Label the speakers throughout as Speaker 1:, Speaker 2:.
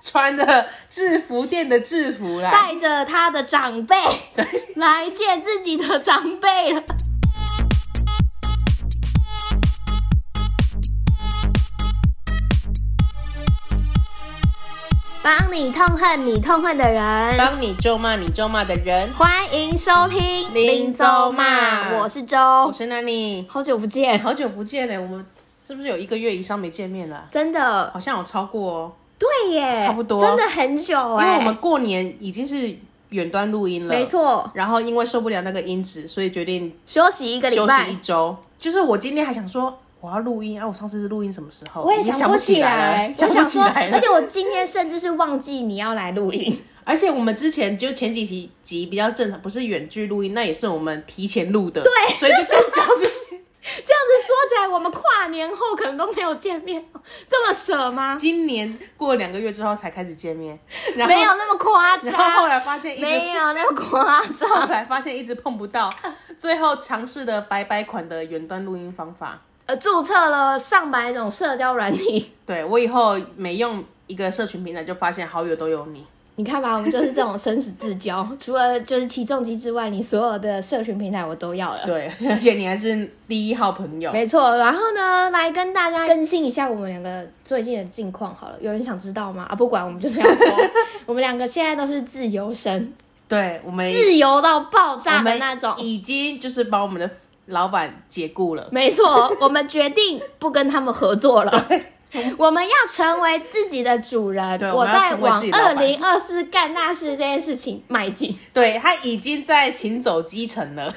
Speaker 1: 穿着制服店的制服来。
Speaker 2: 带着他的长辈来见自己的长辈了。帮你痛恨你痛恨的人，
Speaker 1: 当你咒骂你咒骂的人，
Speaker 2: 欢迎收听《
Speaker 1: 林州骂
Speaker 2: 我是
Speaker 1: 我
Speaker 2: 周，
Speaker 1: 是 Nani，
Speaker 2: 好久不见，
Speaker 1: 好久不见嘞，我们是不是有一个月以上没见面了？
Speaker 2: 真的
Speaker 1: 好，像有超过哦，
Speaker 2: 对耶，
Speaker 1: 差不多
Speaker 2: 真的很久
Speaker 1: 因为
Speaker 2: 哎，
Speaker 1: 我们过年已经是远端录音了，
Speaker 2: 没。错，
Speaker 1: 然后因为受不了那个音质，所以决定
Speaker 2: 休息一个礼
Speaker 1: 休息
Speaker 2: 拜
Speaker 1: 一，周。就是我今天还想说我要录音啊，我上次是录音什么时候？
Speaker 2: 我也
Speaker 1: 已经
Speaker 2: 想
Speaker 1: 不
Speaker 2: 起
Speaker 1: 来
Speaker 2: 来
Speaker 1: 哦了，，想不
Speaker 2: 我想
Speaker 1: 起
Speaker 2: 说，
Speaker 1: 来了。
Speaker 2: 而且我今天甚至是忘记你要来录音，
Speaker 1: 而且我们之前就前几集集比较正常，不是远距录音，那也是我们提前录的，对，所以就更加就
Speaker 2: 这样子说起来，我们跨年后可能都没有见面，哦这么扯吗？
Speaker 1: 今年过两个月之后才开始见 面，然后
Speaker 2: 没有那么夸
Speaker 1: 然后后
Speaker 2: 张，
Speaker 1: 来发现一
Speaker 2: 没
Speaker 1: 直
Speaker 2: 有那么夸
Speaker 1: 后
Speaker 2: 张，
Speaker 1: 来发现一直碰不到，最后尝试的白白款的远端录音方法，
Speaker 2: 呃，注册了上百种社交软体，
Speaker 1: 对我以后每用一个社群平台就发现好友都有你，
Speaker 2: 你看吧，我们就是这种生死自交， 除了就是起重机之外，你所有的社群平台我都要了。
Speaker 1: 对，而且你还是第一号朋友，
Speaker 2: 呃没错，然后呢，来跟大家更新一下我们两个最近的近况好了。有人想知道吗？啊，不管，我们就是要说， 我们两个现在都是自由身，
Speaker 1: 对我们
Speaker 2: 自由到爆
Speaker 1: 我
Speaker 2: 炸的
Speaker 1: 们
Speaker 2: 那种。
Speaker 1: 已经就是把我们的老板解雇了。
Speaker 2: 没错，我们决定不跟他们合作了。我们要成为自己的主人
Speaker 1: 对。我
Speaker 2: 我
Speaker 1: 们要
Speaker 2: 在
Speaker 1: 成为
Speaker 2: 往
Speaker 1: 自己
Speaker 2: 二
Speaker 1: 老板
Speaker 2: 零二四干大事这件事情迈 进。
Speaker 1: 对他已经在行走基层 了，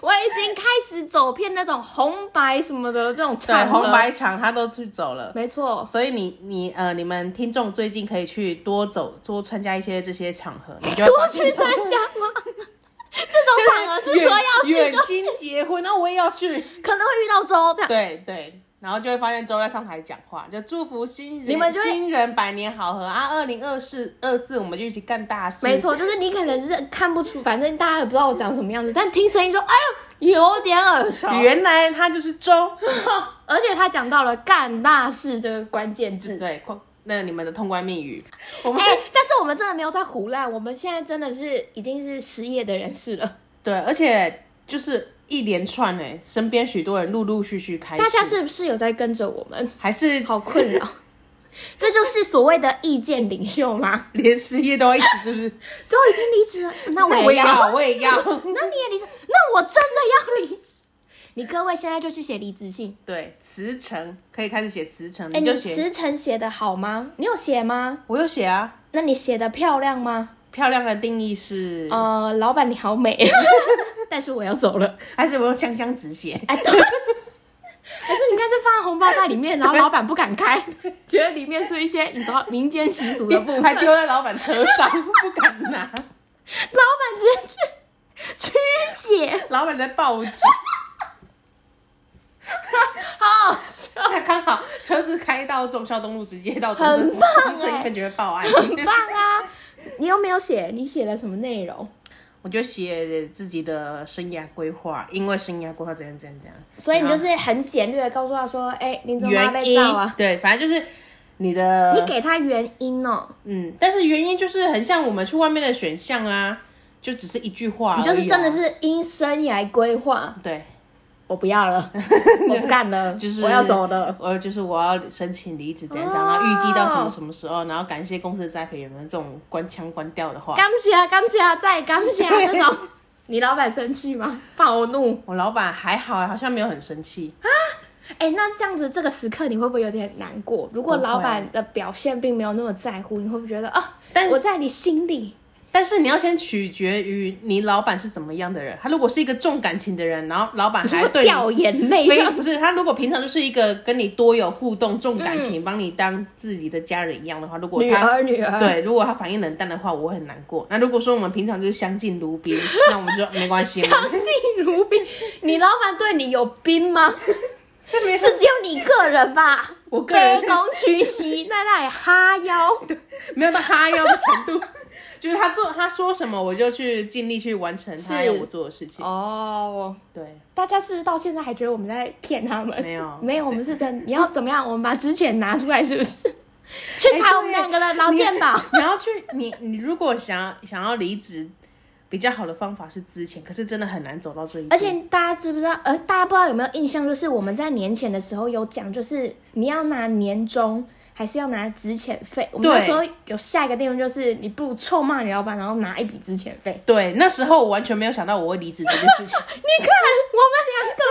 Speaker 2: 我已经开始走遍那种红白什么的这种
Speaker 1: 对
Speaker 2: 场 合。
Speaker 1: 红，白场他都去走了。
Speaker 2: 没错，
Speaker 1: 所以你你呃，你们听众最近可以去多走多参加一些这些场合，你就会
Speaker 2: 多
Speaker 1: 发现
Speaker 2: 去 参加吗？ 这种场合是说要去
Speaker 1: 远
Speaker 2: 的
Speaker 1: 远，亲结婚，那我也要 去。
Speaker 2: 可能会遇到周这样。
Speaker 1: 对对，然后就会发现周在上台讲话，就祝福新人
Speaker 2: 你们就会
Speaker 1: 新人百年好合啊！二零二四二四我们就一起干大事，
Speaker 2: 没。错，就是你可能是看不出，反正大家也不知道我长什么样子，但听声音说，哎呦，有点耳熟。
Speaker 1: 原来他就是周，
Speaker 2: 而且他讲到了“干大事”这个关键字。
Speaker 1: 对，那你们的通关密语，我们
Speaker 2: 哎、但是我们真的没有在胡乱，我们现在真的是已经是失业的人士了。
Speaker 1: 对，而且就是一连串哎、身边许多人陆陆续续开始，
Speaker 2: 大家是不是有在跟着我们？
Speaker 1: 还是
Speaker 2: 好困扰， 这就是所谓的意见领袖吗？
Speaker 1: 连失业都要一起，是不是？
Speaker 2: 周已经离职了， 那
Speaker 1: 那
Speaker 2: 我也要，，
Speaker 1: 我也要。
Speaker 2: 那你也离职，那我真的要离职。你各位现在就去写离职信。
Speaker 1: 对，辞呈可以开始写辞呈，
Speaker 2: 哎、
Speaker 1: 就
Speaker 2: 你
Speaker 1: 写。
Speaker 2: 辞呈写的好吗？你有写吗？
Speaker 1: 我有写啊，
Speaker 2: 那你写的漂亮吗？
Speaker 1: 漂亮的定义是，
Speaker 2: 呃，老板你好美， 但是我要走了。
Speaker 1: 还是我用香香纸写？
Speaker 2: 哎，对。 可是你看，这放在红包袋里面，然后老板不敢开，觉得里面是一些你知道民间习俗的部 分，老
Speaker 1: 还
Speaker 2: 板
Speaker 1: 丢在老板车上，不敢拿。
Speaker 2: 直接去驱邪，
Speaker 1: 老板在报警，
Speaker 2: 好好笑，
Speaker 1: 他刚好车子开到忠孝东路，直接到中
Speaker 2: 很棒
Speaker 1: 正中正
Speaker 2: 哎
Speaker 1: 一看就会报案。
Speaker 2: 很棒啊！你又没有写，你写了什么内容？
Speaker 1: 我就写自己的生涯规划，因为生涯规划怎样怎样怎样。
Speaker 2: 所以你就是很简略的告诉他说：“哎、林总妈
Speaker 1: 原
Speaker 2: 被
Speaker 1: 因
Speaker 2: 照啊。
Speaker 1: 对，反正就是你”的
Speaker 2: 你给他原因哦，
Speaker 1: 嗯，但是原因就是很像我们去外面的选项啊，就只是一句话、啊
Speaker 2: 你就是真的。是因生涯规划，
Speaker 1: 对，
Speaker 2: 哎我不要 了，我不干了，
Speaker 1: 就是
Speaker 2: 我要走了。
Speaker 1: 我就是我要申请离职，怎样怎样，然后预计到什么什么时
Speaker 2: 哦
Speaker 1: 候，然后感谢公司的栽培，有没有这种官腔官调的话？
Speaker 2: 感谢啊，感谢啊，再感谢啊，这种。你老板生气吗？暴怒。
Speaker 1: 我老板还好，好像没有很生气。
Speaker 2: 哎、那这样子这个时刻你会不会有点难过？如果
Speaker 1: 不会
Speaker 2: 老板的表现并没有那么在乎，你会不会觉得啊、
Speaker 1: 但
Speaker 2: 我在你心里？
Speaker 1: 但是你要先取决于你老板是怎么样的人。他如果是一个重感情的人，然后老
Speaker 2: 哎
Speaker 1: 板还对你
Speaker 2: 掉眼泪这
Speaker 1: 非
Speaker 2: 啊样，
Speaker 1: 不是他，如果平常就是一个跟你多有互动、重感情，帮、你当自己的家人一样的话，如果
Speaker 2: 嗯女
Speaker 1: 他
Speaker 2: 儿女 儿，
Speaker 1: 对，如果他反应冷淡的话，我会很难过。那如果说我们平常就是相敬如宾，那我们就没关系，
Speaker 2: 相敬如宾。你老板对你有兵吗？
Speaker 1: 是没
Speaker 2: 是只有你个人吧？
Speaker 1: 我个人
Speaker 2: 卑躬屈膝，在那里哈腰。
Speaker 1: 没有到哈腰的程度， 就是他做他说什么，我就去尽力去完成他
Speaker 2: 是
Speaker 1: 要我做的事情。
Speaker 2: 哦。
Speaker 1: 对，
Speaker 2: 大家是不是到现在还觉得我们在骗他们？
Speaker 1: 没有
Speaker 2: 没有，我们是真。你要怎么样？我们把之前拿出来，是不是？去查我们两个的劳健保。
Speaker 1: 哎你要去你你如果想要想要离职，比较好的方法是之前，可是真的很难走到这一步。
Speaker 2: 而且大家知不知道？呃，大家不知道有没有印象？就是我们在年前的时候有讲，就是你要拿年终还是要拿资遣费？我们那
Speaker 1: 对
Speaker 2: 时候有下一个定论，就是你不如臭骂你老板，然后拿一笔资遣费。
Speaker 1: 对，那时候我完全没有想到我会离职这件事情，
Speaker 2: 你看，我们两个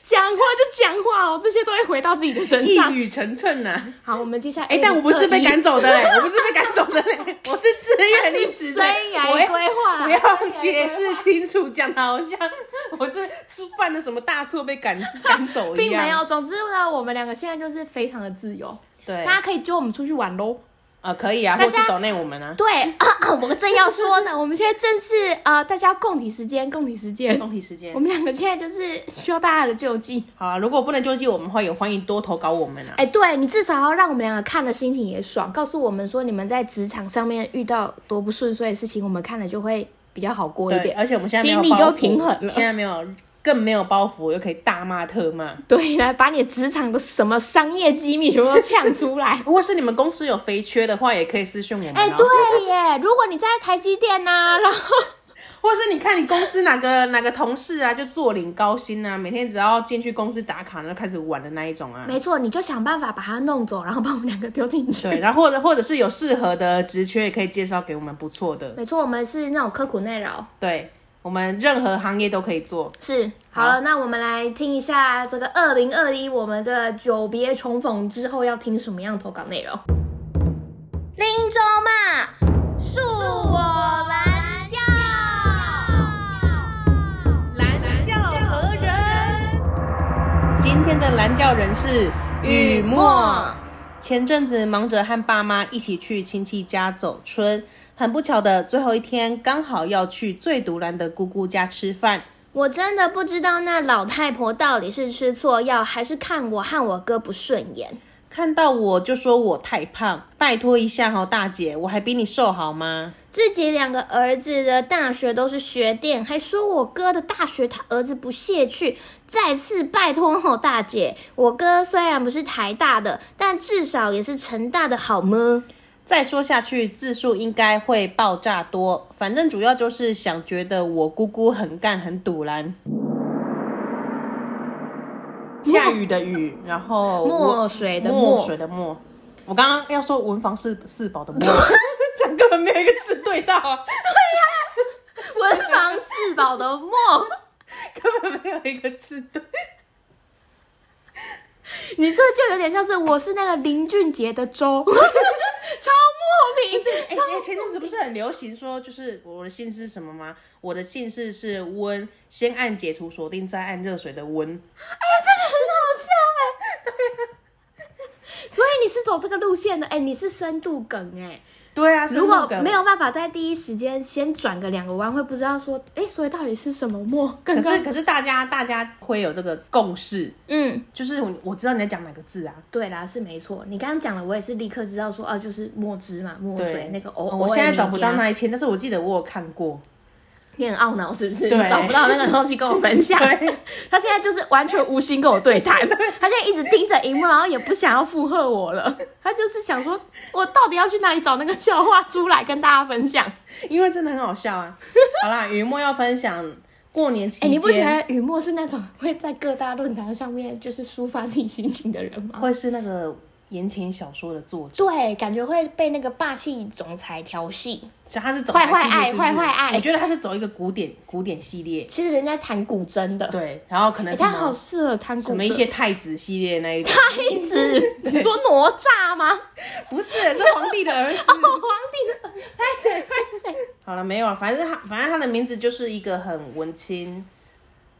Speaker 2: 讲话就讲话哦，这些都会回到自己的身
Speaker 1: 一
Speaker 2: 上。
Speaker 1: 语成谶呐。
Speaker 2: 好，我们接下来，
Speaker 1: 哎、但我不是被赶走的嘞，我不是被赶走的嘞，哎 我是自愿离职的。
Speaker 2: 生涯
Speaker 1: 我要
Speaker 2: 规划
Speaker 1: 我要解释清楚，讲的好像我是犯了什么大错被赶赶走一
Speaker 2: 并
Speaker 1: 样。
Speaker 2: 没有。总之呢，我们两个现在就是非常的自由，
Speaker 1: 对，
Speaker 2: 大家可以揪我们出去玩喽。
Speaker 1: 呃，可以啊，
Speaker 2: 大
Speaker 1: 或是
Speaker 2: 家
Speaker 1: 抖内我们啊，
Speaker 2: 对，我正要说 呢，我们现在正是呃，大家共体时间，共体时间。
Speaker 1: 共体时间
Speaker 2: 我。们两个现在就是需要大家的救济。
Speaker 1: 好啊，如果不能救济我们的话，也欢迎多投稿我们啊。
Speaker 2: 哎、对你至少要让我们两个看的心情也爽，告诉我们说你们在职场上面遇到多不顺遂的事情，我们看了就会比较好过一
Speaker 1: 对，
Speaker 2: 点，
Speaker 1: 而且我们现在没有
Speaker 2: 心里
Speaker 1: 包
Speaker 2: 就
Speaker 1: 袱
Speaker 2: 平衡了
Speaker 1: 现在没有，更没有包袱，又可以大骂特骂。。
Speaker 2: 对，来把你的职场的什么商业机密全部都呛出来
Speaker 1: 如果是你们公司有肥缺的话，也可以私讯我们、哦。
Speaker 2: 哎、对耶，如果你在台积电呐、 然后
Speaker 1: 或是你看你公司哪个哪个同事啊，就坐领高薪啊，每天只要进去公司打卡，然后开始玩的那一种啊。
Speaker 2: 没错，你就想办法把它弄走，然后把我们两个丢进去。
Speaker 1: 对，然后或者或者是有适合的职缺，也可以介绍给我们不错的。
Speaker 2: 没错，我们是那种刻苦耐劳。
Speaker 1: 对我们任何行业都可以做。
Speaker 2: 是，好了，那我们来听一下这个二零二一，我们这个久别重逢之后要听什么样的投稿内容？林州嘛，恕我蓝教。
Speaker 1: 蓝教何人？今天的蓝教人是雨墨。前阵子忙着和爸妈一起去亲戚家走春，很不巧的，最后一天刚好要去最独蓝的姑姑家吃饭。
Speaker 2: 我真的不知道那老太婆到底是吃错药，还是看我和我哥不顺眼。
Speaker 1: 看到我就说我太胖，拜托一下哈，大姐，我还比你瘦好吗？
Speaker 2: 自己两个儿子的大学都是学店，还说我哥的大学他儿子不屑去。再次拜托吼大姐，我哥虽然不是台大的，但至少也是成大的好吗？
Speaker 1: 再说下去字数应该会爆炸多，反正主要就是想觉得我姑姑很干很堵然。下雨的雨，然后
Speaker 2: 墨水的
Speaker 1: 墨
Speaker 2: 墨
Speaker 1: 水的墨，我刚刚要说文房四四宝的墨，讲根本没有一个字对到啊，
Speaker 2: 文房四宝的墨，
Speaker 1: 根本没有一个字对。
Speaker 2: 你这就有点像是我是那个林俊杰的 周，超莫名。
Speaker 1: 哎、哎前阵子不是很流行说，就是我的姓氏是什么吗？我的姓氏是温，先按解除锁定，再按热水的温。
Speaker 2: 这个很好笑哎、所以你是走这个路线的，哎、你是深度梗哎、
Speaker 1: 对啊，是
Speaker 2: 如
Speaker 1: 那
Speaker 2: 果
Speaker 1: 个
Speaker 2: 没，有办法在第一时间先转个两个弯，会不知道说，哎、所以到底是什么墨？
Speaker 1: 可是
Speaker 2: 刚刚
Speaker 1: 可是大家大家会有这个共识，
Speaker 2: 嗯，
Speaker 1: 就是我我知道你在讲哪个字啊。
Speaker 2: 对啦，是没错。你刚刚讲了，我也是立刻知道说，啊，就是墨汁嘛，墨
Speaker 1: 对哦
Speaker 2: 水，那个偶。
Speaker 1: 我现在找不到
Speaker 2: 偶尔你给
Speaker 1: 那一篇，但是我记得我有看过。
Speaker 2: 它，你很懊恼是不是？
Speaker 1: 对
Speaker 2: 你找不到那个东西跟我分 享。他现在就是完全无心跟我 对谈，他现在一直盯着荧幕，然后也不想要附和我了。他就是想说，我到底要去哪里找那个笑话出来跟大家分 享？
Speaker 1: 因为真的很好笑啊！好啦，雨墨要分享过年期
Speaker 2: 哎、
Speaker 1: 间，
Speaker 2: 你不觉得雨墨是那种会在各大论坛上面就是抒发自己心情的人吗？
Speaker 1: 会是那个言情小说的作者？
Speaker 2: 对，感觉会被那个霸气总裁调戏。
Speaker 1: 所以他是走
Speaker 2: 坏坏
Speaker 1: 男系列
Speaker 2: 爱
Speaker 1: 是不是
Speaker 2: 坏坏爱
Speaker 1: 我觉得他是走一个古典古典系列，
Speaker 2: 其实人家弹古筝的，
Speaker 1: 对，然后可能
Speaker 2: 欸
Speaker 1: 什么
Speaker 2: 他好适合弹古筝。
Speaker 1: 什么一 些太子系列那一种，
Speaker 2: 太子？ 你说哪吒吗？
Speaker 1: 不是，是皇帝的 儿子。
Speaker 2: 哦，皇帝的太子太子。
Speaker 1: 好了，没有了，啊反正他反正他的名字就是一个很文青、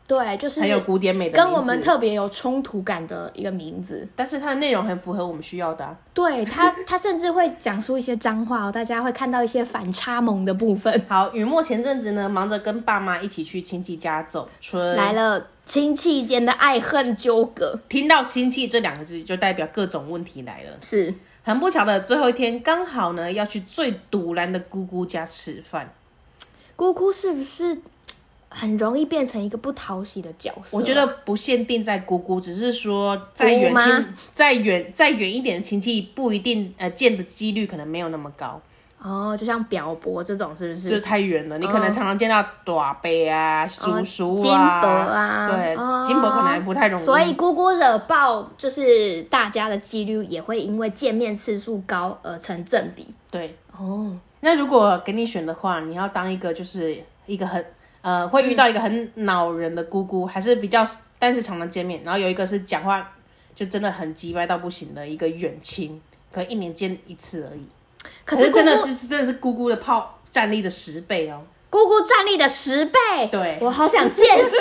Speaker 2: 对，就是
Speaker 1: 很有古典美的名
Speaker 2: 跟
Speaker 1: 字
Speaker 2: 我们，特别有冲突感的一个名字。
Speaker 1: 但是它的内容很符合我们需要的啊、
Speaker 2: 对他，他甚至会讲出一些脏话哦，大家会看到一些反差萌的部分。
Speaker 1: 好，雨墨前阵子呢，忙着跟爸妈一起去亲戚家走春，
Speaker 2: 来了，亲戚间的爱恨纠葛
Speaker 1: 听到“亲戚”这两个字，就代表各种问题来了。
Speaker 2: 是
Speaker 1: 很不巧的，最后一天刚好呢要去最堵然的姑姑家吃饭。
Speaker 2: 姑姑是不是？很容易变成一个不讨喜的角色。
Speaker 1: 我觉得不限定在姑姑，只是说在远
Speaker 2: 姑妈
Speaker 1: 亲、在远、再远一点的亲戚，不一定呃见的几率可能没有那么高，
Speaker 2: 哦，就像表伯这种，是不
Speaker 1: 就是
Speaker 2: 是？嗯
Speaker 1: 太远了。你可能常常见到短辈啊、叔叔
Speaker 2: 金箔
Speaker 1: 啊、
Speaker 2: 啊
Speaker 1: 对，
Speaker 2: 哦
Speaker 1: 金箔可能还不太容易。
Speaker 2: 所以姑姑惹爆，就是大家的几率也会因为见面次数高而成正比。
Speaker 1: 对，
Speaker 2: 哦，
Speaker 1: 那如果给你选的话，你要当一个就是一个很
Speaker 2: 嗯
Speaker 1: 呃会遇到一个很恼人的姑姑，还是比较但是常常见面，然后有一个是讲话就真的很鸡掰到不行的一个远亲，可能一年见一次而已。
Speaker 2: 可
Speaker 1: 是
Speaker 2: 是
Speaker 1: 真的
Speaker 2: 姑
Speaker 1: 就
Speaker 2: 姑
Speaker 1: 是真的是姑姑的炮战力的十倍哦，
Speaker 2: 姑姑站立的十倍，
Speaker 1: 对
Speaker 2: 我好想见 识。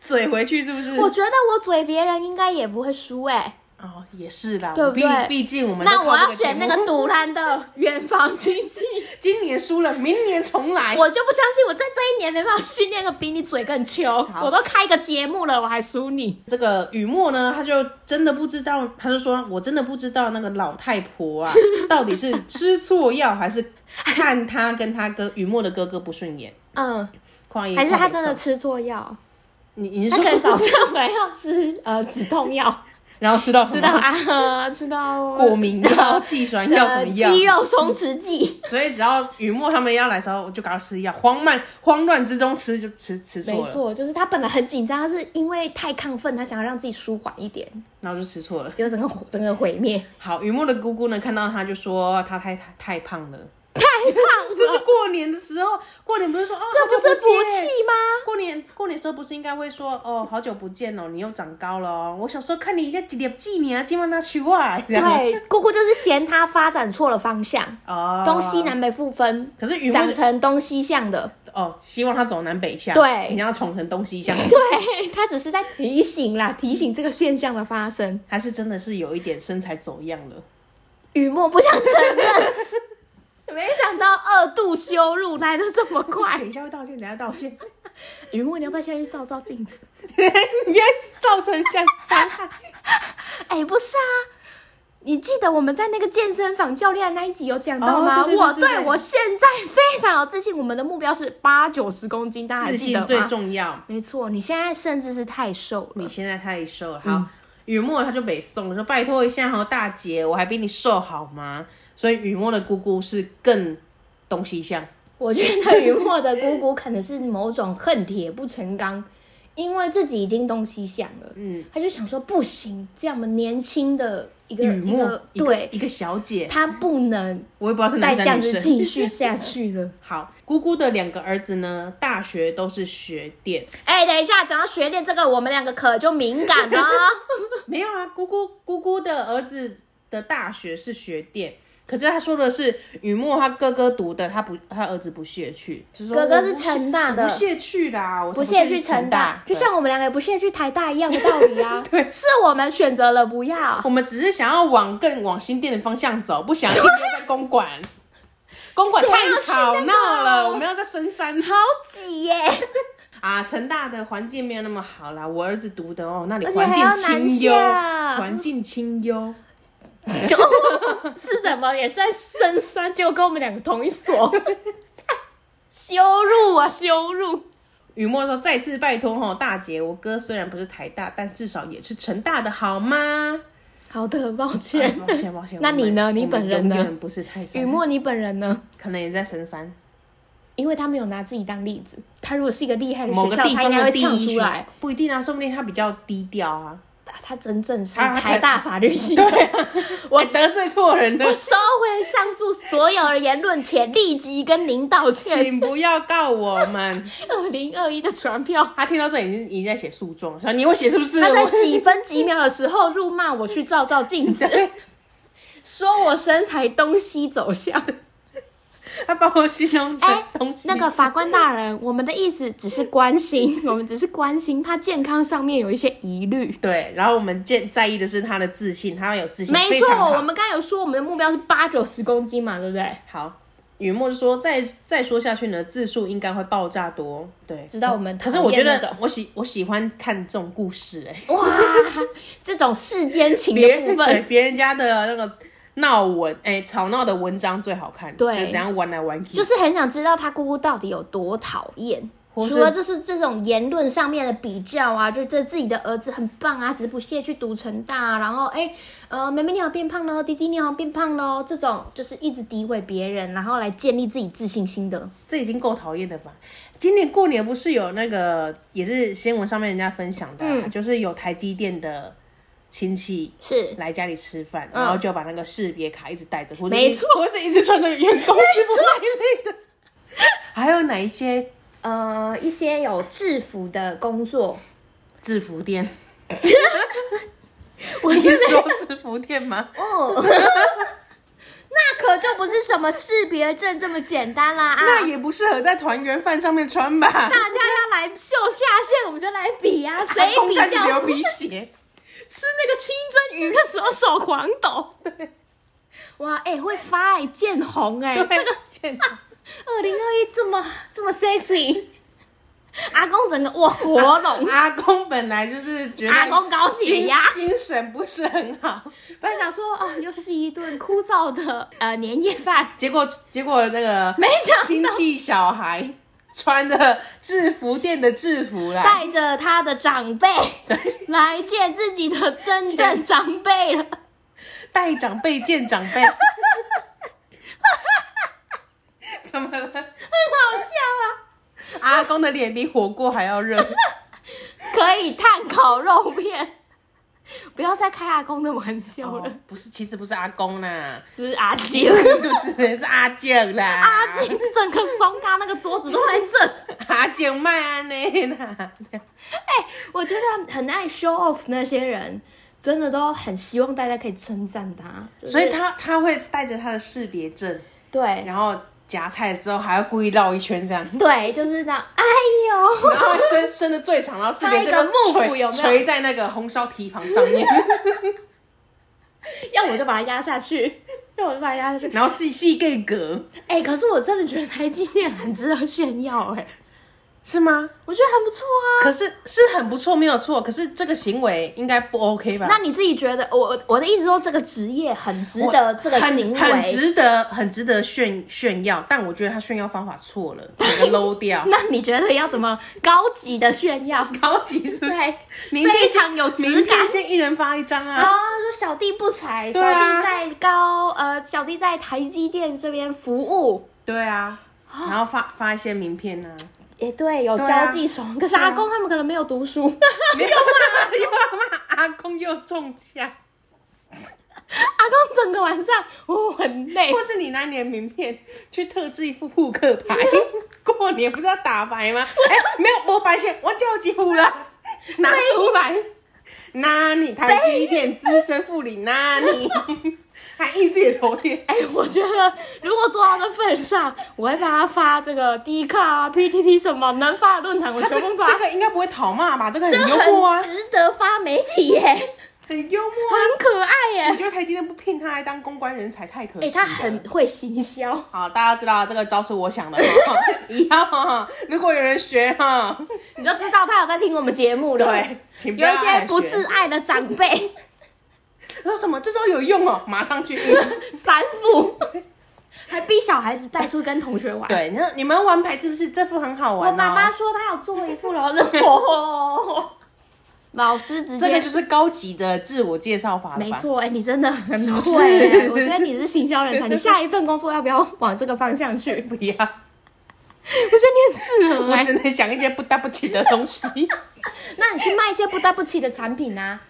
Speaker 1: 嘴回去是不是？
Speaker 2: 我觉得我嘴别人应该也不会输哎、
Speaker 1: 哦，也是啦，
Speaker 2: 对不对
Speaker 1: 毕毕竟我们
Speaker 2: 那
Speaker 1: 都靠
Speaker 2: 我要
Speaker 1: 这节
Speaker 2: 选
Speaker 1: 目
Speaker 2: 那个独蓝的远房亲 戚，
Speaker 1: 今年输了，明年重来。
Speaker 2: 我就不相信我在这一年没办法训练个比你嘴更秋。我都开一个节目了，我还输你。
Speaker 1: 这个雨墨呢，他就真的不知道，他就说：“我真的不知道那个老太婆 啊，到底是吃错药还是看他跟他哥雨墨的哥哥不顺眼。
Speaker 2: 嗯，”
Speaker 1: 况一
Speaker 2: 还是
Speaker 1: 况
Speaker 2: 他
Speaker 1: 北
Speaker 2: 真
Speaker 1: 宋
Speaker 2: 的吃错药？
Speaker 1: 你你是
Speaker 2: 他可
Speaker 1: 说
Speaker 2: 能早上本来要吃呃止痛药，
Speaker 1: 然后吃到什
Speaker 2: 吃到
Speaker 1: 么
Speaker 2: 啊呃吃到
Speaker 1: 过敏药、气喘药什
Speaker 2: 呃
Speaker 1: 么药？
Speaker 2: 肌肉松弛 剂。
Speaker 1: 所以只要雨墨他们要来的时候，我就赶快吃药，慌慢慌乱之中吃就吃吃错
Speaker 2: 没
Speaker 1: 了，
Speaker 2: 错，就是他本来很紧张，他是因为太亢奋，他想要让自己舒缓一点，
Speaker 1: 然后就吃错了。
Speaker 2: 结果整个整个毁灭。
Speaker 1: 好，雨墨的姑姑呢，看到他就说他太太太胖了。
Speaker 2: 太胖了，
Speaker 1: 这是过年的时候，过年不是说哦，
Speaker 2: 这不是
Speaker 1: 好久
Speaker 2: 福
Speaker 1: 不见
Speaker 2: 气吗？
Speaker 1: 过年过年时候不是应该会说哦，好久不见哦，你又长高了哦。我小时候看你一下几点几年啊，今晚拿球啊，这样
Speaker 2: 对，姑姑就是嫌他发展错了方向，
Speaker 1: 哦，
Speaker 2: 东西。南北不分，
Speaker 1: 可是雨
Speaker 2: 长
Speaker 1: 墨
Speaker 2: 成东西向的。
Speaker 1: 哦，希望他走南北向，
Speaker 2: 对
Speaker 1: 你要闯成东西向，
Speaker 2: 对他只是在提醒啦，提醒这个现象的发生。
Speaker 1: 还是真的是有一点身材走样了。
Speaker 2: 雨墨不想承 认，没想到二度羞辱来的这么快
Speaker 1: 等。一下会道歉，等一下道歉，
Speaker 2: 雨墨，你要不要现在去照照镜子？
Speaker 1: 你别造成人家伤 害。
Speaker 2: 哎、不是啊，你记得我们在那个健身房教练那一集有讲到吗？
Speaker 1: 哦对对对
Speaker 2: 我
Speaker 1: 对对
Speaker 2: 我现在非常有自信，我们的目标是八九十公斤，大家还
Speaker 1: 自
Speaker 2: 啊记得
Speaker 1: 信
Speaker 2: 吗？
Speaker 1: 最重要。
Speaker 2: 没错，你现在甚至是太瘦
Speaker 1: 你
Speaker 2: 了。
Speaker 1: 现在太瘦了。好，
Speaker 2: 嗯
Speaker 1: 雨墨他就北宋说：“拜托一下哈，大姐，我还比你瘦好吗？”所以雨墨的姑姑是更东西向，
Speaker 2: 我觉得雨墨的姑姑可能是某种恨铁不成钢，因为自己已经东西想了，嗯，他就想说不行，这样我们年轻的一个
Speaker 1: 雨
Speaker 2: 一
Speaker 1: 墨
Speaker 2: 个
Speaker 1: 一个
Speaker 2: 对，
Speaker 1: 一个小姐，
Speaker 2: 他不能
Speaker 1: 我也不知道是
Speaker 2: 再
Speaker 1: 男
Speaker 2: 这样
Speaker 1: 生女
Speaker 2: 子
Speaker 1: 生。
Speaker 2: 继续下去了。
Speaker 1: 好，姑姑的两个儿子呢，大学都是学电，
Speaker 2: 哎、等一下，讲到学练这个，我们两个可就敏感了。
Speaker 1: 没有啊，姑姑姑姑的儿子的大学是学电。可是他说的是雨墨他哥哥读的，他不他儿子不屑去，就说
Speaker 2: 哥哥是
Speaker 1: 我不屑
Speaker 2: 成大的
Speaker 1: 我不屑去啦，我才
Speaker 2: 不
Speaker 1: 不
Speaker 2: 屑
Speaker 1: 去
Speaker 2: 去成
Speaker 1: 大
Speaker 2: 大，，就像我们两个也不屑去台大一样的道理 啊。
Speaker 1: 对
Speaker 2: 是我们选择了不要。
Speaker 1: 我们只是想要往更往新店的方向走，不想一定要在公 馆。 公馆太吵闹了，我们要在深山
Speaker 2: 好挤 耶，
Speaker 1: 啊。成大的环境没有那么好啦，我儿子读的哦，那里
Speaker 2: 而且
Speaker 1: 环
Speaker 2: 还要
Speaker 1: 境
Speaker 2: 南
Speaker 1: 清幽，
Speaker 2: 下
Speaker 1: 环境清幽。
Speaker 2: 就 是什么也在深山，就跟我们两个同一所， 羞辱啊羞辱！
Speaker 1: 雨墨说：“再次拜托哦，大姐，我哥虽然不是台大，但至少也是成大的，好吗？”
Speaker 2: 好的，抱
Speaker 1: 啊
Speaker 2: 歉。
Speaker 1: 抱歉，抱歉。
Speaker 2: 那你呢
Speaker 1: 我们
Speaker 2: 你本人呢
Speaker 1: 我们永远不是泰
Speaker 2: 雨
Speaker 1: 山，
Speaker 2: 墨，你本人呢？
Speaker 1: 可能也在深山。
Speaker 2: 因为他没有拿自己当例子，他如果是一个厉害的
Speaker 1: 某
Speaker 2: 学
Speaker 1: 个
Speaker 2: 校，
Speaker 1: 地
Speaker 2: 他
Speaker 1: 方
Speaker 2: 应该
Speaker 1: 的
Speaker 2: 会
Speaker 1: 第
Speaker 2: 唱
Speaker 1: 一
Speaker 2: 出
Speaker 1: 学
Speaker 2: 来。
Speaker 1: 不一定啊，说不定他比较低调啊。
Speaker 2: 啊他真正是
Speaker 1: 他
Speaker 2: 台大法律系。
Speaker 1: 我哎得罪错人了
Speaker 2: 我，收回上述所有的言论，且立即跟您道歉。
Speaker 1: 请不要告我们。
Speaker 2: 二零二一的传票，
Speaker 1: 他听到这里已经已经在写诉状，说你会写是不是？
Speaker 2: 他在
Speaker 1: 我
Speaker 2: 几分几秒的时候辱骂我去照照镜子，说我身材东西 走向。
Speaker 1: 他把我形容成
Speaker 2: 哎
Speaker 1: 东西。
Speaker 2: 那个法官大人，我们的意思只是关心， 我们只是关心他健康上面有一些疑虑。
Speaker 1: 对，然后我们见在意的是他的自信，他要有自信，
Speaker 2: 没
Speaker 1: 非
Speaker 2: 错
Speaker 1: 常，好
Speaker 2: 我们刚才有说我们的目标是八九十公斤嘛，对不对？
Speaker 1: 好。雨墨就说：“再再说下去呢，字数应该会爆炸多。”对，
Speaker 2: 直到我们
Speaker 1: 嗯可是我觉
Speaker 2: 讨厌那
Speaker 1: 得
Speaker 2: 种
Speaker 1: 我喜我喜欢看这种故事、哎，
Speaker 2: 哇，这种世间情
Speaker 1: 别
Speaker 2: 的部
Speaker 1: 人对
Speaker 2: 分，
Speaker 1: 别人家的那个闹文，哎、吵闹的文章最好看，
Speaker 2: 对
Speaker 1: 就是怎样玩来玩去，
Speaker 2: 就是很想知道他姑姑到底有多讨厌。
Speaker 1: 或
Speaker 2: 除了
Speaker 1: 是
Speaker 2: 这是这种言论上面的比较啊，就这自己的儿子很棒啊，只不屑去读成大啊、然后哎，呃，妹妹你好变胖喽，弟弟你好变胖喽，这种就是一直诋毁别人，然后来建立自己自信心的。
Speaker 1: 这已经够讨厌了吧？今年过年不是有那个也是新闻上面人家分享的啊、
Speaker 2: 嗯
Speaker 1: 就是有台积电的亲戚
Speaker 2: 是，
Speaker 1: 来家里吃饭，
Speaker 2: 嗯
Speaker 1: 然后就把那个识别卡一直带着，或者
Speaker 2: 没
Speaker 1: 错，或是一直穿着员工制服那一类的。 还有哪一些
Speaker 2: 呃，一些有制服的工作，
Speaker 1: 制服店？
Speaker 2: 我
Speaker 1: 你
Speaker 2: 现
Speaker 1: 是
Speaker 2: 在
Speaker 1: 说制服店吗？
Speaker 2: 哦， 那可就不是什么识别证这么简单啦啊！
Speaker 1: 那也不适合在团圆饭上面穿吧？
Speaker 2: 大家要来秀下限，我们就来比啊，谁
Speaker 1: 还公
Speaker 2: 比
Speaker 1: 开始
Speaker 2: 较
Speaker 1: 流鼻血？
Speaker 2: 吃那个清蒸鱼的时候手狂抖。哇，哎、会发哎、见红哎、
Speaker 1: 对
Speaker 2: 这个，
Speaker 1: 见
Speaker 2: 二零二一这么这么 sexy，阿公整个哇活 动，
Speaker 1: 阿公本来就是觉得
Speaker 2: 阿公高血
Speaker 1: 精
Speaker 2: 压
Speaker 1: 精神不是很好，
Speaker 2: 本来想说啊、又是一顿枯燥的呃年夜饭，
Speaker 1: 结果结果那个
Speaker 2: 没想到
Speaker 1: 亲戚小孩穿着制服店的制服来，
Speaker 2: 带着他的长辈 来见自己的真正长辈了。
Speaker 1: 带长辈见长辈。 怎么了？
Speaker 2: 很好笑
Speaker 1: 阿公的脸比火锅还要热。
Speaker 2: 啊！可以炭烤肉片，不要再开阿公的玩笑了，
Speaker 1: 哦不是，其实不是阿公啦，
Speaker 2: 是阿金。
Speaker 1: 就只能是阿舅啦。
Speaker 2: 阿金啊整个松他那个桌子都在震。
Speaker 1: 阿舅卖安内啦。
Speaker 2: 哎、 我觉得很爱 show off 那些人，真的都很希望大家可以称赞他，就是
Speaker 1: 所以他他会带着他的识别证，
Speaker 2: 对
Speaker 1: 然后夹菜的时候还要故意绕一圈这样。
Speaker 2: 对，就是这样。哎呦，
Speaker 1: 然后 伸伸的最长，然后是连这
Speaker 2: 那一个幕府
Speaker 1: 垂
Speaker 2: 有没有
Speaker 1: 垂在那个红烧蹄膀上 面，
Speaker 2: 要我就把他压下去，要我就把他压 下去。
Speaker 1: 然后细细盖格
Speaker 2: 哎、可是我真的觉得台积电很值得炫耀、哎，
Speaker 1: 是吗？
Speaker 2: 我觉得很不错啊。
Speaker 1: 可是是很不错，没有错。可是这个行为应该不 OK 吧？
Speaker 2: 那你自己觉得，我我的意思说，这个职业很值得这个行为，
Speaker 1: 很很值得，很值得炫炫耀。但我觉得他炫耀方法错 了，整个 low 掉，
Speaker 2: 那你觉得要怎么高级的炫耀？
Speaker 1: 高级是不是？
Speaker 2: 对，
Speaker 1: 名片
Speaker 2: 非常有质
Speaker 1: 名
Speaker 2: 感
Speaker 1: 片先一人发一张
Speaker 2: 啊
Speaker 1: 啊！，
Speaker 2: 说小弟不才，小
Speaker 1: 对啊
Speaker 2: 弟在高呃，小弟在台积电这边服务，
Speaker 1: 对啊，
Speaker 2: 哦
Speaker 1: 然后发发一些名片 呢、啊，
Speaker 2: 也对，有
Speaker 1: 对啊
Speaker 2: 交际手腕。可是阿公他们可能没有读书，
Speaker 1: 没有嘛， 又要骂阿公又中枪，
Speaker 2: 阿公整个晚上哦很累
Speaker 1: 或，是你拿你的名片去特制一副扑克 牌，过年不是要打牌吗？哎、没有，我白线，我叫几乎 了，拿出来，那你台积电资深副理，那 你还印自己的头贴，
Speaker 2: 哎、我觉得如果做到这份上，我会帮他发这个 D 卡啊、PTT 什么能发的论坛，我
Speaker 1: 他
Speaker 2: 全
Speaker 1: 这
Speaker 2: 部
Speaker 1: 这
Speaker 2: 发。
Speaker 1: 个应该不会讨骂吧？这个很
Speaker 2: 这
Speaker 1: 幽默啊
Speaker 2: 很，值得发媒体耶， 很
Speaker 1: 很幽默啊。
Speaker 2: 可爱
Speaker 1: 我
Speaker 2: 耶。
Speaker 1: 觉得台积电不聘他来当公关人才太可惜
Speaker 2: 哎、
Speaker 1: 了。
Speaker 2: 他很会行销，
Speaker 1: 好，大家知道这个招是我想的 哈，以后哈如果有人学哈，
Speaker 2: 你就知道他有在听我们节目了。
Speaker 1: 对，请不
Speaker 2: 有
Speaker 1: 要
Speaker 2: 一
Speaker 1: 来
Speaker 2: 些
Speaker 1: 学
Speaker 2: 不自爱的长辈
Speaker 1: 说什么这招有用哦，马上去印。
Speaker 2: 散步，还逼小孩子带出跟同学玩。
Speaker 1: 对，那你们玩牌是不是这副很好
Speaker 2: 哎我
Speaker 1: 玩、哦？
Speaker 2: 妈妈说她有做一副，然后就哦，老师直
Speaker 1: 这个
Speaker 2: 接
Speaker 1: 就是高级的自我介绍法了吧？
Speaker 2: 没错，哎、你真的很
Speaker 1: 不是
Speaker 2: 会、 哎我觉得你是行销人才，你下一份工作要不要往这个方向 去？
Speaker 1: 不要，
Speaker 2: 我觉得你很适合、
Speaker 1: 我
Speaker 2: 哎
Speaker 1: 只能想一些不搭不起的东 西。
Speaker 2: 那你去卖一些不搭不起的产品啊。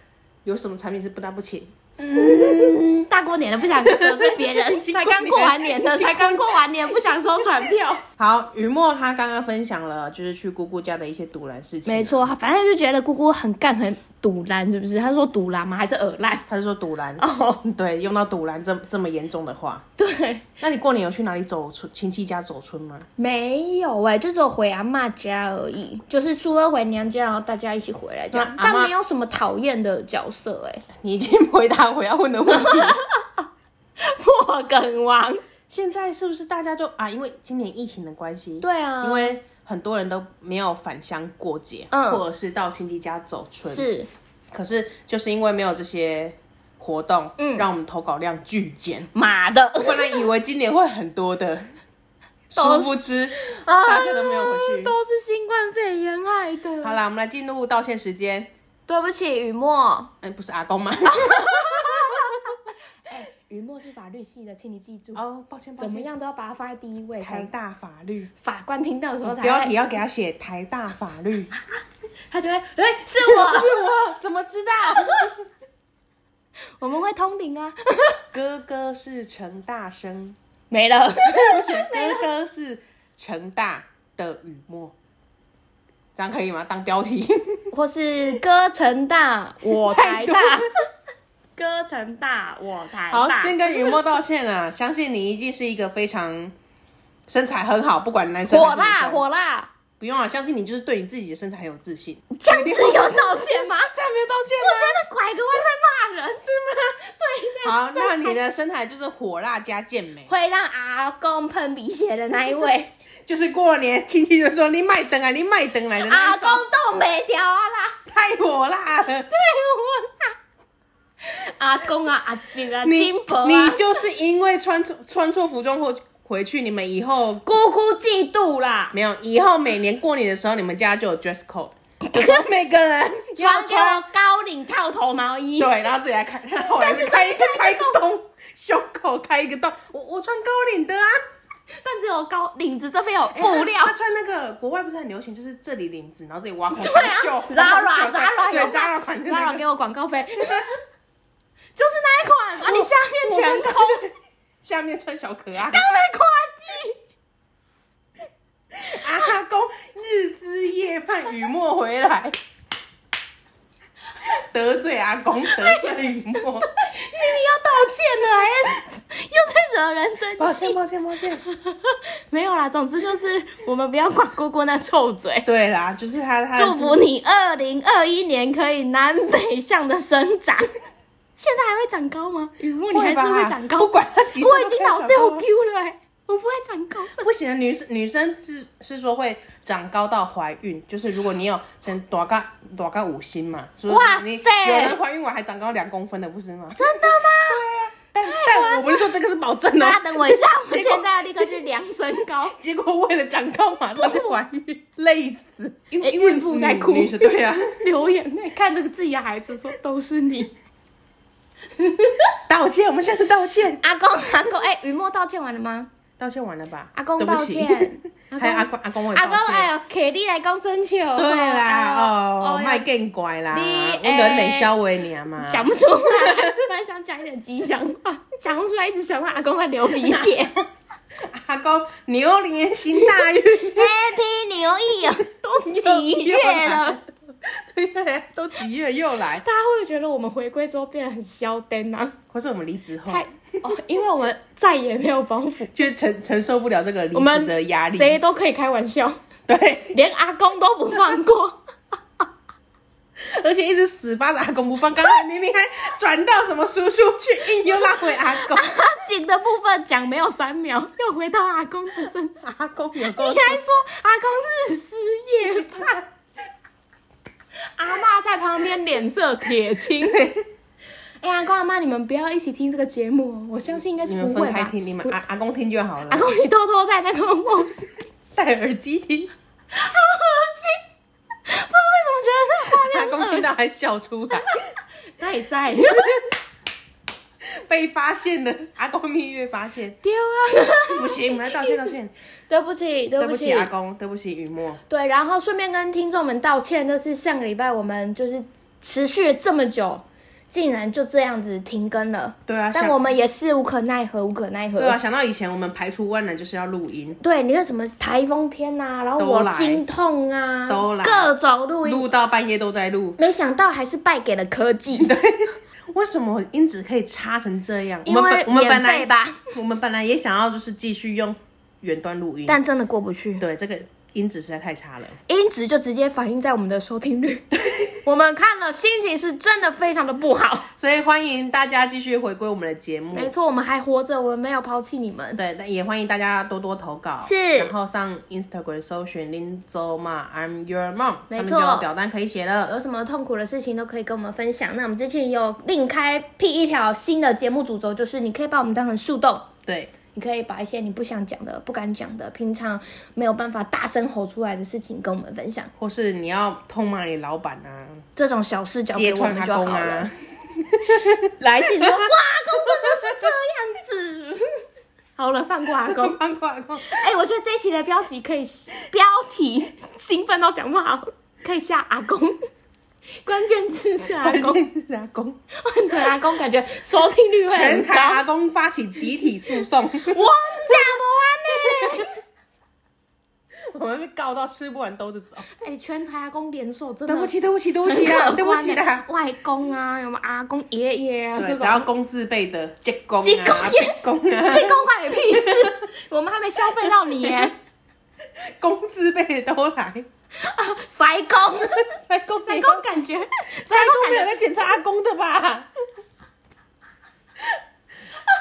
Speaker 1: 有什么产品是不搭不起？
Speaker 2: 嗯，大过年的不想得罪别 人，才刚过完年的，才刚过完年，不想收传票。
Speaker 1: 好，雨墨他刚刚分享了，就是去姑姑家的一些堵拦事情。
Speaker 2: 没错，反正就觉得姑姑很干很堵烂，是不是？她说堵烂吗？还是耳烂？
Speaker 1: 他是说堵拦，
Speaker 2: 哦，
Speaker 1: 对，用到堵拦这这么严重的话，
Speaker 2: 对，
Speaker 1: 那你过年有去哪里走村亲戚家走村吗？
Speaker 2: 没有哎、就只有回阿嬷家而已，就是初二回娘家，然后大家一起回来这样，
Speaker 1: 那阿嬷
Speaker 2: 但没有什么讨厌的角色哎、
Speaker 1: 你已经回答我要问的问题了。
Speaker 2: 破梗王，
Speaker 1: 现在是不是大家就啊？因为今年疫情的关系，
Speaker 2: 对啊
Speaker 1: 因为很多人都没有返乡过节，
Speaker 2: 嗯
Speaker 1: 或者是到亲戚家走春。，
Speaker 2: 是
Speaker 1: 可是就是因为没有这些活动， 嗯，让我们投稿量巨减。
Speaker 2: 马的，
Speaker 1: 本来以为今年会很多的，
Speaker 2: 都
Speaker 1: 殊
Speaker 2: 是
Speaker 1: 不知
Speaker 2: 啊
Speaker 1: 大家都没有回去。
Speaker 2: 都是新冠肺炎害的。
Speaker 1: 好啦，我们来进入道歉时间。
Speaker 2: 对不起，雨墨。
Speaker 1: 嗯，不是阿公吗？
Speaker 2: 啊雨墨是法律系的，请你记住，
Speaker 1: 哦，抱歉，抱歉。
Speaker 2: 怎么？样都要把它放在第一位。
Speaker 1: 台大法 律
Speaker 2: 法官听到的时候才会
Speaker 1: 标题要给他写台大法 律。
Speaker 2: 他 就会，哎、是
Speaker 1: 不
Speaker 2: 我，
Speaker 1: 是我，怎么知 道？
Speaker 2: 我们会通灵啊，
Speaker 1: 哥哥是成大生，
Speaker 2: 没了，
Speaker 1: 不是哥哥是成大的雨墨，这样可以吗？当标 题？
Speaker 2: 或是歌成大，我台大，歌成大，我台
Speaker 1: 好，
Speaker 2: 大，
Speaker 1: 先跟雨墨道歉啊！相信你一定是一个非常身材很好，不管男生还是
Speaker 2: 火
Speaker 1: 女
Speaker 2: 辣
Speaker 1: 生，
Speaker 2: 火辣，
Speaker 1: 不用啊！相信你就是对你自己的身材很有自 信，
Speaker 2: 这样子有道 歉吗？
Speaker 1: 这样没有道歉
Speaker 2: 我觉得拐个弯在骂人是吗？
Speaker 1: 好，
Speaker 2: 对，
Speaker 1: 那你的身材就是火辣加健美，
Speaker 2: 会让阿公喷鼻血的那 一位，
Speaker 1: 就是过年亲戚就说你卖灯啊，你卖灯来的那
Speaker 2: 阿
Speaker 1: 一
Speaker 2: 公
Speaker 1: 种，
Speaker 2: 冻没掉啊啦，
Speaker 1: 太火辣了。
Speaker 2: 对我啦，阿公啊，阿舅啊，
Speaker 1: 你
Speaker 2: 金伯啊
Speaker 1: 你，就是因为穿错穿错服装或回去，你们以后
Speaker 2: 姑姑嫉妒啦，
Speaker 1: 没有，以后每年过年的时候，你们家就有 dress code，就说每个人要
Speaker 2: 穿给我
Speaker 1: 穿
Speaker 2: 高领套头毛衣。
Speaker 1: 对，然后自己来开，然后我还是开一个开一个洞，胸口开一个洞。我我穿高领的啊，
Speaker 2: 但只有高领子这边有
Speaker 1: 哎
Speaker 2: 布料
Speaker 1: 他。他穿那个国外不是很流行，就是这里领子，然后这里挖空
Speaker 2: 对
Speaker 1: 穿
Speaker 2: 啊
Speaker 1: 嗯袖
Speaker 2: ，Zara Zara
Speaker 1: 对
Speaker 2: 有
Speaker 1: Zara 款的那
Speaker 2: Zara 给
Speaker 1: 个，
Speaker 2: 我广告费， 就是那一款啊！你下面全空，
Speaker 1: 我
Speaker 2: 刚
Speaker 1: 下面穿小可爱，
Speaker 2: 被夸击，
Speaker 1: 阿公日思夜盼雨墨回来， 得罪阿公，得罪雨 墨，
Speaker 2: 明明要道歉了，还是 又在惹人生
Speaker 1: 抱歉
Speaker 2: 气。
Speaker 1: 抱歉抱歉。
Speaker 2: 没有啦，总之就是我们不要管姑姑那臭嘴。
Speaker 1: 对啦，就是他他
Speaker 2: 祝福你二零二一年可以南北向的 生长。现在还会长高吗？雨墨，你还
Speaker 1: 会
Speaker 2: 是
Speaker 1: 吧
Speaker 2: 会长高？
Speaker 1: 不管他几岁
Speaker 2: 我已
Speaker 1: 都
Speaker 2: 经
Speaker 1: 可以
Speaker 2: 老
Speaker 1: 长
Speaker 2: 掉
Speaker 1: 高
Speaker 2: Q 了、欸，我不会长高。
Speaker 1: 不行的，女生女生是是说会长高到怀孕，就是如果你有先短个短个五星嘛，是不是
Speaker 2: 哇
Speaker 1: 你
Speaker 2: 塞
Speaker 1: 有人怀孕完还长高两公分的不是吗？
Speaker 2: 真的吗？
Speaker 1: 但但我不是说这个是保证哦
Speaker 2: 大家，等我一下，我
Speaker 1: 结果
Speaker 2: 现在要立刻去量身高。
Speaker 1: 结果为了长高马上就怀孕，累死，因为
Speaker 2: 哎
Speaker 1: 因为
Speaker 2: 孕妇在
Speaker 1: 女
Speaker 2: 哭
Speaker 1: 女生对啊，
Speaker 2: 流眼泪，看着自己的孩子说：“都是你。
Speaker 1: 道歉，我们下次道歉”，
Speaker 2: 阿公，阿公，哎、雨墨道歉完了吗？
Speaker 1: 道歉完了吧？
Speaker 2: 阿公
Speaker 1: 对不
Speaker 2: 道
Speaker 1: 起
Speaker 2: 歉阿公
Speaker 1: 还有阿公阿公我也
Speaker 2: 阿
Speaker 1: 道
Speaker 2: 公，哎
Speaker 1: 歉，
Speaker 2: 呦，凯莉来公生球。
Speaker 1: 对啦，哦，
Speaker 2: 哎
Speaker 1: 卖
Speaker 2: 呦
Speaker 1: 更乖啦，
Speaker 2: 你
Speaker 1: 我人
Speaker 2: 哎
Speaker 1: 得稍微娘嘛，
Speaker 2: 讲不出来，突然想讲一点吉祥话， 讲不出来，一直想到阿公在流鼻血。
Speaker 1: 阿公牛年行大运。
Speaker 2: Happy 牛意啊，都是几月
Speaker 1: 啊
Speaker 2: 了？
Speaker 1: 对， 都几月又来？
Speaker 2: 大家会不会觉得我们回归之后变得很消灯啊？
Speaker 1: 或是我们离职后，
Speaker 2: 太哦，因为我们再也没有包袱，
Speaker 1: 就承承受不了这个离
Speaker 2: 我
Speaker 1: 职
Speaker 2: 们
Speaker 1: 的压力。
Speaker 2: 谁都可以开玩笑，
Speaker 1: 对，
Speaker 2: 连阿公都不放过。
Speaker 1: 而且一直死扒着阿公不放，刚才明明还转到什么叔叔去，硬又拉回阿公。
Speaker 2: 阿景的部分讲没有三秒，又回到阿公的身上。
Speaker 1: 阿公有
Speaker 2: 你
Speaker 1: 够
Speaker 2: 还说阿公日思 夜盼，阿妈在旁边脸色铁青。 哎、阿公阿妈，你们不要一起听这个节目哦，我相信应该是
Speaker 1: 你
Speaker 2: 不
Speaker 1: 们
Speaker 2: 会
Speaker 1: 分
Speaker 2: 吧
Speaker 1: 开？听，你们啊
Speaker 2: 我
Speaker 1: 阿阿公听就好
Speaker 2: 阿
Speaker 1: 了，
Speaker 2: 公，你偷偷在那 个卧室，
Speaker 1: 戴耳机听，
Speaker 2: 好恶心！不知道
Speaker 1: 阿
Speaker 2: 为什么觉得那个画面
Speaker 1: 公
Speaker 2: 很恶
Speaker 1: 听
Speaker 2: 心
Speaker 1: 到。还笑出来，
Speaker 2: 那也在
Speaker 1: 被发现了，阿公蜜月发现，
Speaker 2: 丢啊！
Speaker 1: 不行，我们来道歉道歉，
Speaker 2: 对不起，对
Speaker 1: 对
Speaker 2: 不
Speaker 1: 不
Speaker 2: 起
Speaker 1: 起，阿公，对不起雨墨，
Speaker 2: 对，然后顺便跟听众们道歉，就是上个礼拜我们就是持续了这么久，竟然就这样子停更了。
Speaker 1: 对啊
Speaker 2: 但
Speaker 1: 想
Speaker 2: 我们也是无可奈何，无可奈何。
Speaker 1: 对啊，想到以前我们排除万难就是要录音，
Speaker 2: 对你看什么台风天呐、然后
Speaker 1: 都
Speaker 2: 我
Speaker 1: 来
Speaker 2: 经痛啊，
Speaker 1: 都来
Speaker 2: 各种录音，
Speaker 1: 录到半夜都在录，
Speaker 2: 没想到还是败给了科技。对，
Speaker 1: 为什么音质可以差成这样？我
Speaker 2: 因为
Speaker 1: 们本我们本
Speaker 2: 免费
Speaker 1: 来
Speaker 2: 吧，
Speaker 1: 我们本来也想要就是继续用远端录音，
Speaker 2: 但真的过不去，
Speaker 1: 对这个音质实在太差了。
Speaker 2: 音质就直接反映在我们的收听 率。我们看了，心情是真的非常的不好。
Speaker 1: 所以欢迎大家继续回归我们的节目，
Speaker 2: 没错，我们还活着，我们没有抛弃你们。
Speaker 1: 对，但也欢迎大家多多投稿，
Speaker 2: 是
Speaker 1: 然后上 Instagram 搜寻林州嘛，I'm your mom，
Speaker 2: 没
Speaker 1: 上面
Speaker 2: 错
Speaker 1: 就有表单可以写了。
Speaker 2: 有什么痛苦的事情都可以跟我们分享。那我们之前也有另开辟一条新的节目主轴，就是你可以把我们当成树洞，
Speaker 1: 对，
Speaker 2: 你可以把一些你不想讲的、不敢讲的、平常没有办法大声吼出来的事情跟我们分享，
Speaker 1: 或是你要痛骂你老板啊，
Speaker 2: 这种小事交
Speaker 1: 揭
Speaker 2: 给我
Speaker 1: 穿
Speaker 2: 们
Speaker 1: 他
Speaker 2: 就好
Speaker 1: 公
Speaker 2: 了。
Speaker 1: 啊，
Speaker 2: 来信说哇，公真的是这样子。好了，放过阿公。
Speaker 1: 帮阿公。
Speaker 2: 哎、我觉得这一题的标题可以，标题兴奋到讲不好，可以下阿公。关键字是阿
Speaker 1: 关
Speaker 2: 公，
Speaker 1: 键是阿公，
Speaker 2: 换成阿公感觉收听率会
Speaker 1: 全
Speaker 2: 很
Speaker 1: 台
Speaker 2: 高。
Speaker 1: 阿公发起集体诉讼，
Speaker 2: 我讲不完呢、
Speaker 1: 我们被告到吃不完兜着走。
Speaker 2: 哎、全台阿公联手真的
Speaker 1: 对不起，对不起，对不
Speaker 2: 很
Speaker 1: 起
Speaker 2: 可
Speaker 1: 啦，
Speaker 2: 观
Speaker 1: 对不起
Speaker 2: 欸
Speaker 1: 啦。
Speaker 2: 外公啊，有没有阿公、爷爷啊
Speaker 1: 对，
Speaker 2: 这
Speaker 1: 只要
Speaker 2: 种。
Speaker 1: 公字辈的，结公啊，
Speaker 2: 结公
Speaker 1: 结公啊，
Speaker 2: 这公关你屁事， 我们还没消费到你耶，
Speaker 1: 公字辈的都来。
Speaker 2: 塞 公，
Speaker 1: 塞公没
Speaker 2: 塞
Speaker 1: 有，
Speaker 2: 公感觉，
Speaker 1: 塞
Speaker 2: 塞
Speaker 1: 公
Speaker 2: 公
Speaker 1: 没有
Speaker 2: 感觉
Speaker 1: 在检查阿公的吧？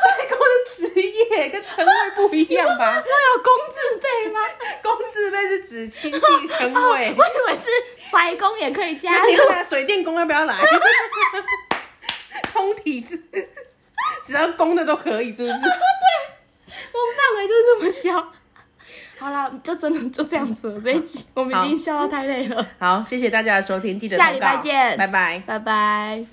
Speaker 1: 塞公的职业跟称谓不一样吧？
Speaker 2: 说有公字辈吗？
Speaker 1: 公字辈是指亲戚称
Speaker 2: 哦，我
Speaker 1: 谓。
Speaker 2: 以为是塞公也可以加
Speaker 1: 那 你
Speaker 2: 入。
Speaker 1: 那水电工要不要来？ 通体字，只要公的都可以，是不是？
Speaker 2: 我们范围就这么小。好了，就真的就这样子了。这一集我们已经笑到太累了，
Speaker 1: 好，谢谢大家的收听，记得
Speaker 2: 下
Speaker 1: 投
Speaker 2: 礼拜
Speaker 1: 稿
Speaker 2: 见
Speaker 1: 拜拜。
Speaker 2: 拜拜。